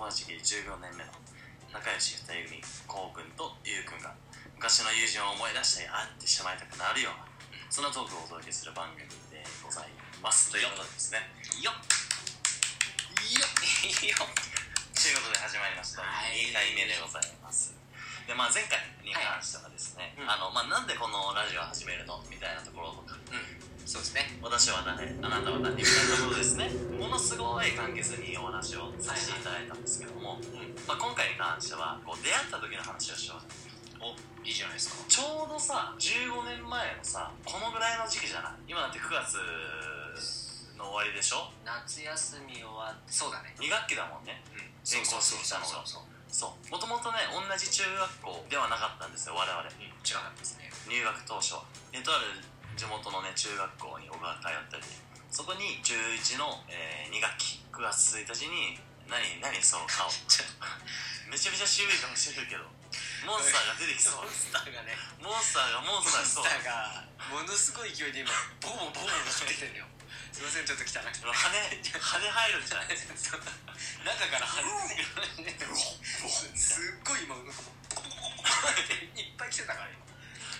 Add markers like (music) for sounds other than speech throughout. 14年目の仲良し二人組こうくんとゆうくんが昔の友人を思い出してあってしまいたくなるようなそんなトークをお届けする番組でございますということでですねよっよっよっということで始まりましたはい2回目でございますでまあ前回に関してはですね、はあいのまあ、なんでこのラジオを始めるのみたいなところとかうんそうですね私は誰あなたは何みたいなことですねものすごい簡潔にお話をさせていただいたんですけども、うんまあ、今回に関してはこう出会った時の話をしようじゃないいいじゃないですかちょうどさ15年前のさこのぐらいの時期じゃない今だって9月の終わりでしょ夏休み終わってそうだね2学期だもんねうんそうそうそうそうそうそうそうもともとね同じ中学校ではなかったんですよ我々うん違かったですね入学当初はでとある地元のね中学校に僕が通っててそこに中1の、え2学期9月1日に何何その顔ちょめちゃめちゃ渋いかもしれんけどモンスターが出てきそうモンスターがねモンスターがモンモンスターしそスうターがものすごい勢いで今ボコボコボコボコ来てるのよすいませんちょっと汚く羽て羽入るんじゃない中から外れてくるね (laughs) すっご (laughs) い今なんかいっぱい来てたから今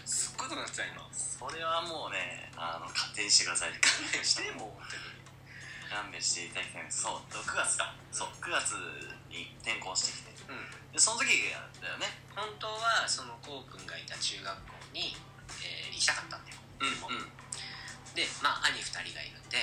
すっごいことなってた今それはもうねあの勝手にしてください勘弁してもうもう本勘当に弁していただきたいんですそう9月かそう9月に転校してきてうんでその時だよね本当はそのこうくんがいた中学校に、えー行きたかったんだよ、うんうんでまあ兄2人がいるんで、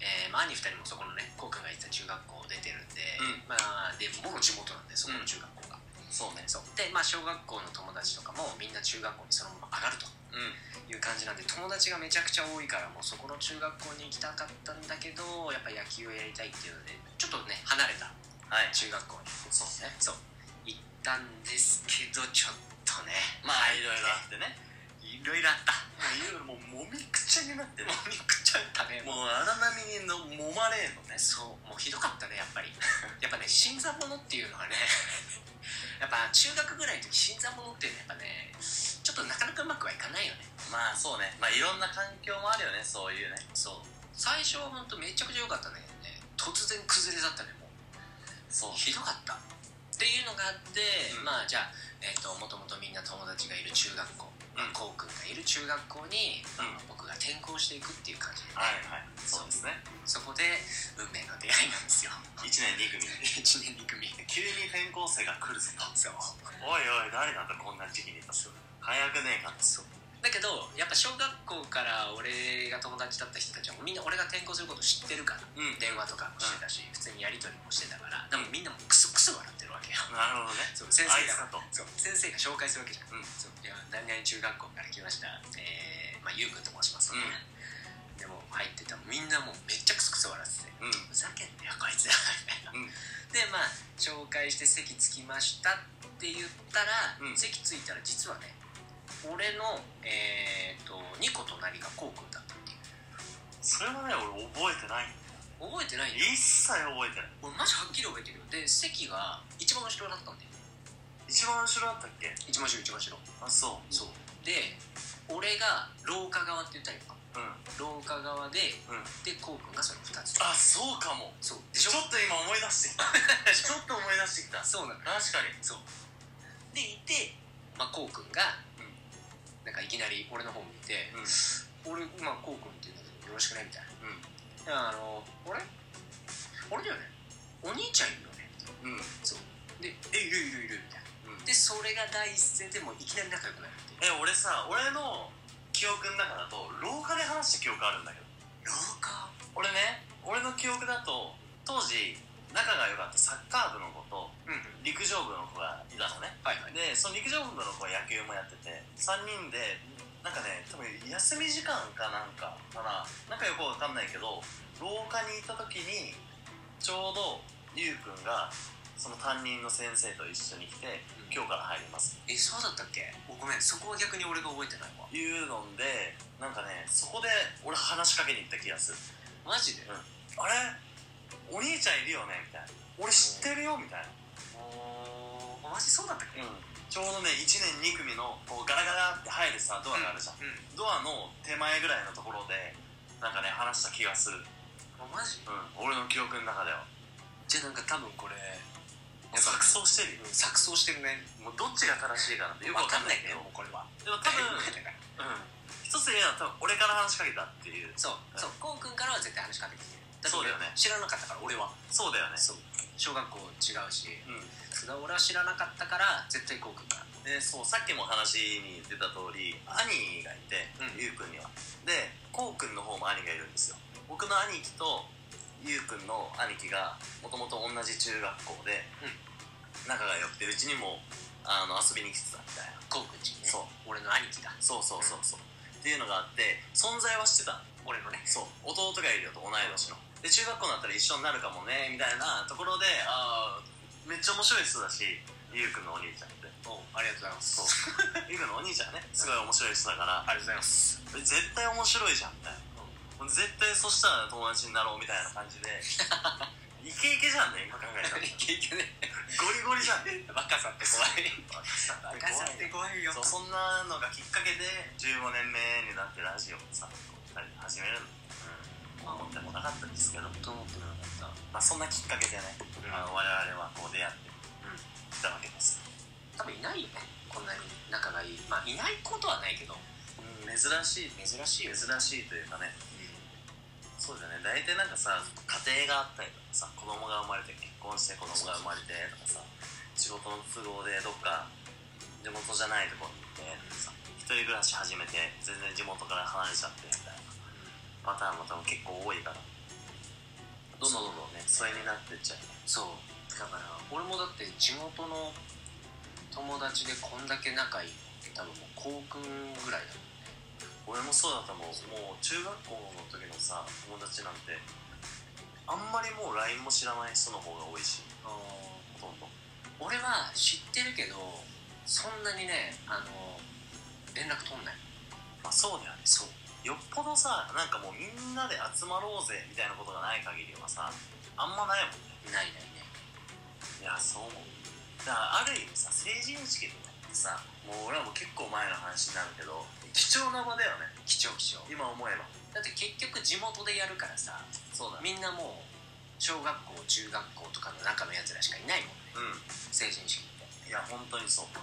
えーまあ、兄2人もそこのねこうくんが行ってた中学校出てるんで、うまあで僕の地元なんでそこの中学校が、そうねそうでまあ小学校の友達とかもみんな中学校にそのまま上がるとうんいう感じなんで友達がめちゃくちゃ多いからもうそこの中学校に行きたかったんだけどやっぱ野球をやりたいっていうのでちょっとね離れたはい中学校にそうねそう行ったんですけどちょっとねまあいろいろあってねいろいろあったいろいろもうもみくちゃになってもみくちゃったねももうう荒波にの揉まれんのねそうもうひどかったねやっぱり (laughs) やっぱね新参者っていうのはね (laughs) やっぱ中学ぐらいの時新参者っていうのはやっぱねちょっとなかなかうまくはいかないよねまあそうねまあいろんな環境もあるよねそういうねそう最初は本当めちゃくちゃ良かったんだけどね突然崩れだったねもうそうひどかったっていうのがあって、うんまあじゃあえっ、ともともとみんな友達がいる中学校、うんこうくんがいる中学校に、うん僕が転校していくっていう感じで、ねはいはいそうですねそこで運命の出会いなんですよ (laughs) 1年2組1年2組急に転校生が来るぞとそうおいおい誰なんだこんな時期にと早くねえかとそうだけどやっぱ小学校から俺が友達だった人たちはみんな俺が転校すること知ってるからうん電話とかもしてたし、普通にやり取りもしてたからでもみんなもクスクス笑ってるわけよなるほどね (laughs) そう先あい生つがかとそう先生が紹介するわけじゃん、うんそういや何々中学校から来ましたえー、まあゆうくんと申します、うんでも入ってたらみんなもうめっちゃクスクス笑っててうんふざけんなよこいつらみたいな、うんでまあ紹介して席つきましたって言ったら、うん席ついたら実はね俺のえー、と2個隣がこうくんだったっていうそれはね俺覚えてない覚えてないよ一切覚えてない俺マジはっきり覚えてるよで席が一番後ろだったんだよ一番後ろだったっけ一番後ろ一番後ろあそそうで俺が廊下側って言ったらいいのかううん廊下側でうんでこうくんがその2つあそうかもそうでちしょょっと今思い出してきた (laughs) ちょっと思い出してきたそうなの確かにそうでいて、まあ、こうくんが、うんなんかいきなり俺の方見てうん「俺まあこうくんって言うんだけどよろしくね」みたいな「いやあの俺俺だよねお兄ちゃんいるよねうんうん」で「えいるいるいる」みたいなでそれが第一声でもういきなり仲良くなるってえいう俺さ俺の記憶の中だと廊下で話した記憶あるんだけど廊下俺ね俺の記憶だと当時仲が良かったサッカー部の子とうん陸上部の子がいたのねはいはいでその陸上部の子は野球もやってて3人でなんかね多分休み時間かなんかかななんかよくわかんないけど廊下にいた時にちょうどゆうくんがその担任の先生と一緒に来て「今日から入りますえそうだったっけおごめんそこは逆に俺が覚えてないわ」いうのでなんかねそこで俺話しかけに行った気がするマジ「であれお兄ちゃんいるよね」みたいな「俺知ってるよ」みたいなおーマジそうだったっけうんちょうどね1年2組のこうガラガラって入るさドアがあるじゃんうんドアの手前ぐらいのところでなんかね話した気がする、あマジうん、俺の記憶の中ではじゃあなんか多分これもう錯綜してるよ錯綜してるねもうどっちが正しいかなんてよくわわかんかんなないいけねどもうこれはでも (laughs) 多分、うん、一つ言えるのは多分俺から話しかけたっていうそうそうこうくんからは絶対話しかけてきてるってそうだよね知らなかったから俺はそうだよねそう小学校違うしうんただ俺は知らなかったから絶対こうくんからでそうさっきも話に出た通り兄がいて、うんゆうくんにはでこうくんの方も兄がいるんですよ僕の兄貴とゆうくんの兄貴がもともと同じ中学校で、う仲が良くてうちにもあの遊びに来てたみたいなこうくんちにねそう俺の兄貴だそうそうそうそうっていうのがあって存在はしてた俺のねそう弟がいるよと同い年ので中学校になったら一緒になるかもねみたいなところでああめっちゃ面白い人だしゆうくんのお兄ちゃんっておうありがとうございますそうゆう (laughs) くんのお兄ちゃんねすごい面白い人だからありがとうござい (laughs) ます絶対面白いじゃんみたいなもう絶対そしたら友達になろうみたいな感じ (laughs) でイケイケじゃんね今考えたらいけいけねゴリゴリじゃんね若さって怖い若さって怖いよそうそんなのがきっかけで15年目になってラジオをさ2人で始めるのまあ思ってもなかったんですけど、と思ってなかっまあ、そんなきっかけでね、うんあの我々はこう出会ってきたわけです、た多分いないよねこんなに仲がいいまあいないことはないけどうん、珍しい珍しいよ珍しいというかねそうだよね大体なんかさ家庭があったりとかさ子供が生まれて結婚して子供が生まれてとかさ仕事の都合でどっか地元じゃないとこに行ってとかさ一人暮らし始めて全然地元から離れちゃってみたいなパターンも多分結構多いからどんどんどんどんねそれになってっちゃうねそうだから俺もだって地元の友達でこんだけ仲いいのって多分もう高君ぐらいだもんね俺もそうだったもんもう中学校の時のさ友達なんてあんまりもう LINE も知らない人の方が多いしほとんど俺は知ってるけどそんなにねあの連絡取んないまあそうだよねそうよっぽどさなんかもうみんなで集まろうぜみたいなことがない限りはさあんまないもんねないないねいやそう思うだからある意味さ成人式とかってさもう俺はもう結構前の話になるけど貴重な場だよね貴重貴重今思えばだって結局地元でやるからさそうだねみんなもう小学校中学校とかの中のやつらしかいないもんうんね成人式っいてや本当にそうだ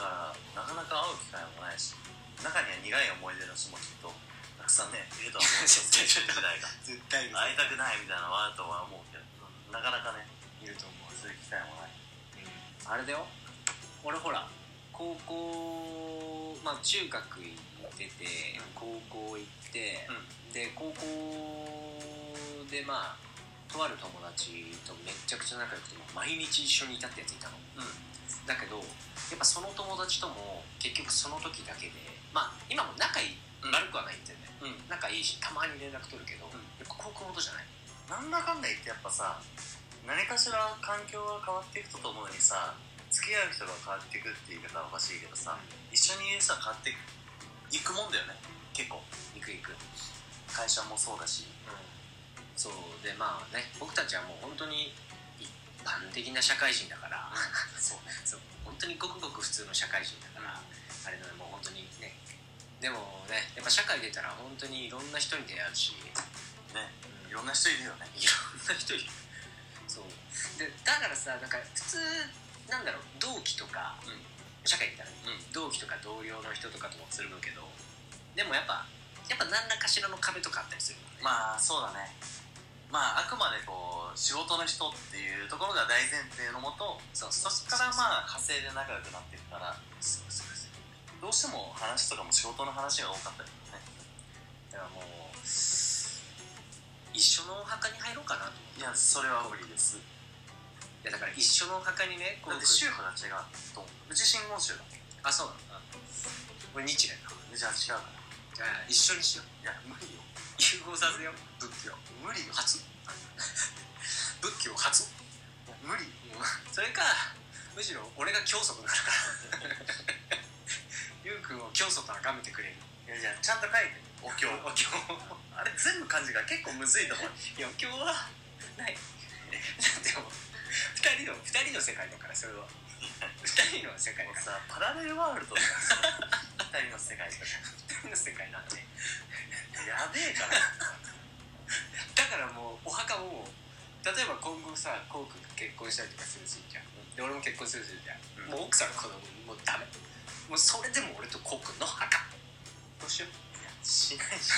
からなかなか会う機会もないし中には苦い思い出の人もきっとたくさんねいるとは思う (laughs) けど青春時代が絶対い会いたくないみたいなのはあるとは思うけどなかなかねると思う、そういう機会もないあれだよ俺ほら高校まあ中学行ってて高校行って、で高校でまあとある友達とめっちゃくちゃ仲良くて毎日一緒にいたってやついたのうんだけどやっぱその友達とも結局その時だけでまあ今も仲いいうん悪くはないんだよねうん仲いいしたまに連絡取るけど、んやっぱ高校ほどじゃないなんだかんだ言ってやっぱさ何かしら環境が変わっていくとともにさ付き合う人が変わっていくって言い方はおかしいけどさ一緒にいる人は変わっていくもんだよね結構行く行く会社もそうだしそうでまあね僕たちはもう本当に一般的な社会人だからそうね (laughs) そう本当にごくごく普通の社会人だからあれなのもう本当にねでもねやっぱ社会出たら本当にいろんな人に出会うし、ねうんいろんな人いるよね (laughs) いろんな人いるそうでだからさなんか普通なんだろう同期とか、うん社会行ったらねうん同期とか同僚の人とかともつるむけどでもやっぱやっぱ何らかしらの壁とかあったりするよねまあそうだねまああくまでこう仕事の人っていうところが大前提のもとそうそっからまあ派生で仲良くなっていくからどうしても話とかも仕事の話が多かったりとかねだからもう一緒のお墓に入ろうかなと思っいてやそれは無理ですいやだから一緒のお墓にねこうだって宗派が違うと思ううち真言宗だもんあそうなのあ俺日蓮だじゃあ違うからじゃあ一緒にしよういや無理よ融合させよう仏教無理よ初仏教初いや無理それかむしろ俺が教祖になるから (laughs) ゆうくんを教祖と崇めてくれるいやじゃあちゃんと書いてお経 (laughs) お経あれ全部漢字が結構むずいと思ういやお経はない (laughs) でも2人の二人の世界だからそれは2人の世界もだうからさパラレルワールドだよその二人の世界とか2人の世界なんでやべえからだからもうお墓をだ例えば今後さこうくんが結婚したりとかするしじゃんで俺も結婚するしじゃん、うんもう奥さんの子供もうダメもうそれでも俺とこうくんの墓どうしようしないし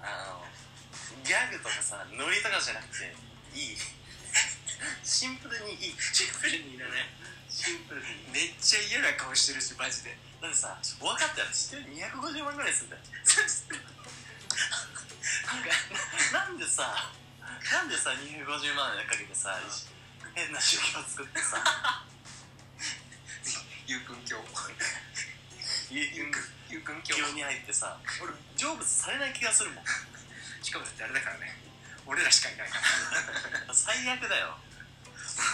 あのギャグとかさノリとかじゃなくていいシンプルにいいシンプルにいらないシンプルにいいめっちゃ嫌な顔してるしマジでだってさ分かったよ知ってる250万ぐらいするんだよ (laughs) なんかなんでさなんでさ250万円かけてさ、うん変な宗教を作ってさゆうくん教ゆ有うくんゆうくん教教に入ってさ俺成仏されない気がするもんしかもだってあれだからね俺らしかいないから最悪だよ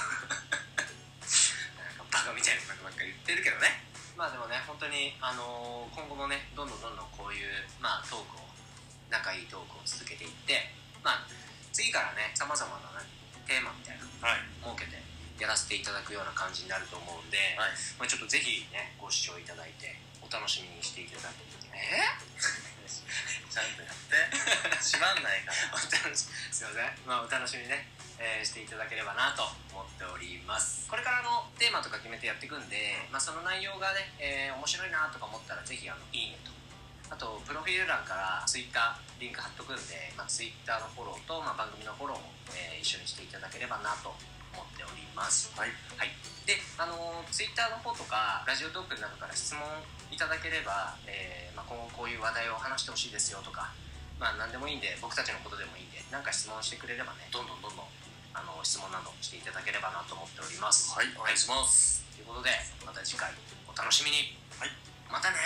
なんかバカみたいなことばっかり言ってるけどねまあでもね本当にあのー今後もねどんどんどんどんこういうまあトークを仲いいトークを続けていってまあ次からねさまざまなテーマみたいなのはいを設けてやらせていただくような感じになると思うんで、はいまあ、ちょっとぜひねご視聴いただいてお楽しみにしていただくえーちゃんとやって閉まんないからお楽しみすいません、まあ、お楽しみにね、えーしていただければなと思っておりますこれからのテーマとか決めてやっていくんで、まあ、その内容がね、えー面白いなとか思ったらぜひあのいいねとあとプロフィール欄からツイッターリンク貼っとくんで、まあ、ツイッターのフォローと、まあ、番組のフォローも、えー一緒にしていただければなと思っておりますはいで、あのツイッター Twitter の方とかラジオトークの中から質問いただければ、えーまあ、今後こういう話題を話してほしいですよとか、まあ、何でもいいんで僕たちのことでもいいんで何か質問してくれればねどんどんどんどんあの質問などしていただければなと思っております。はいお願いしますということでまた次回お楽しみに、はいまたね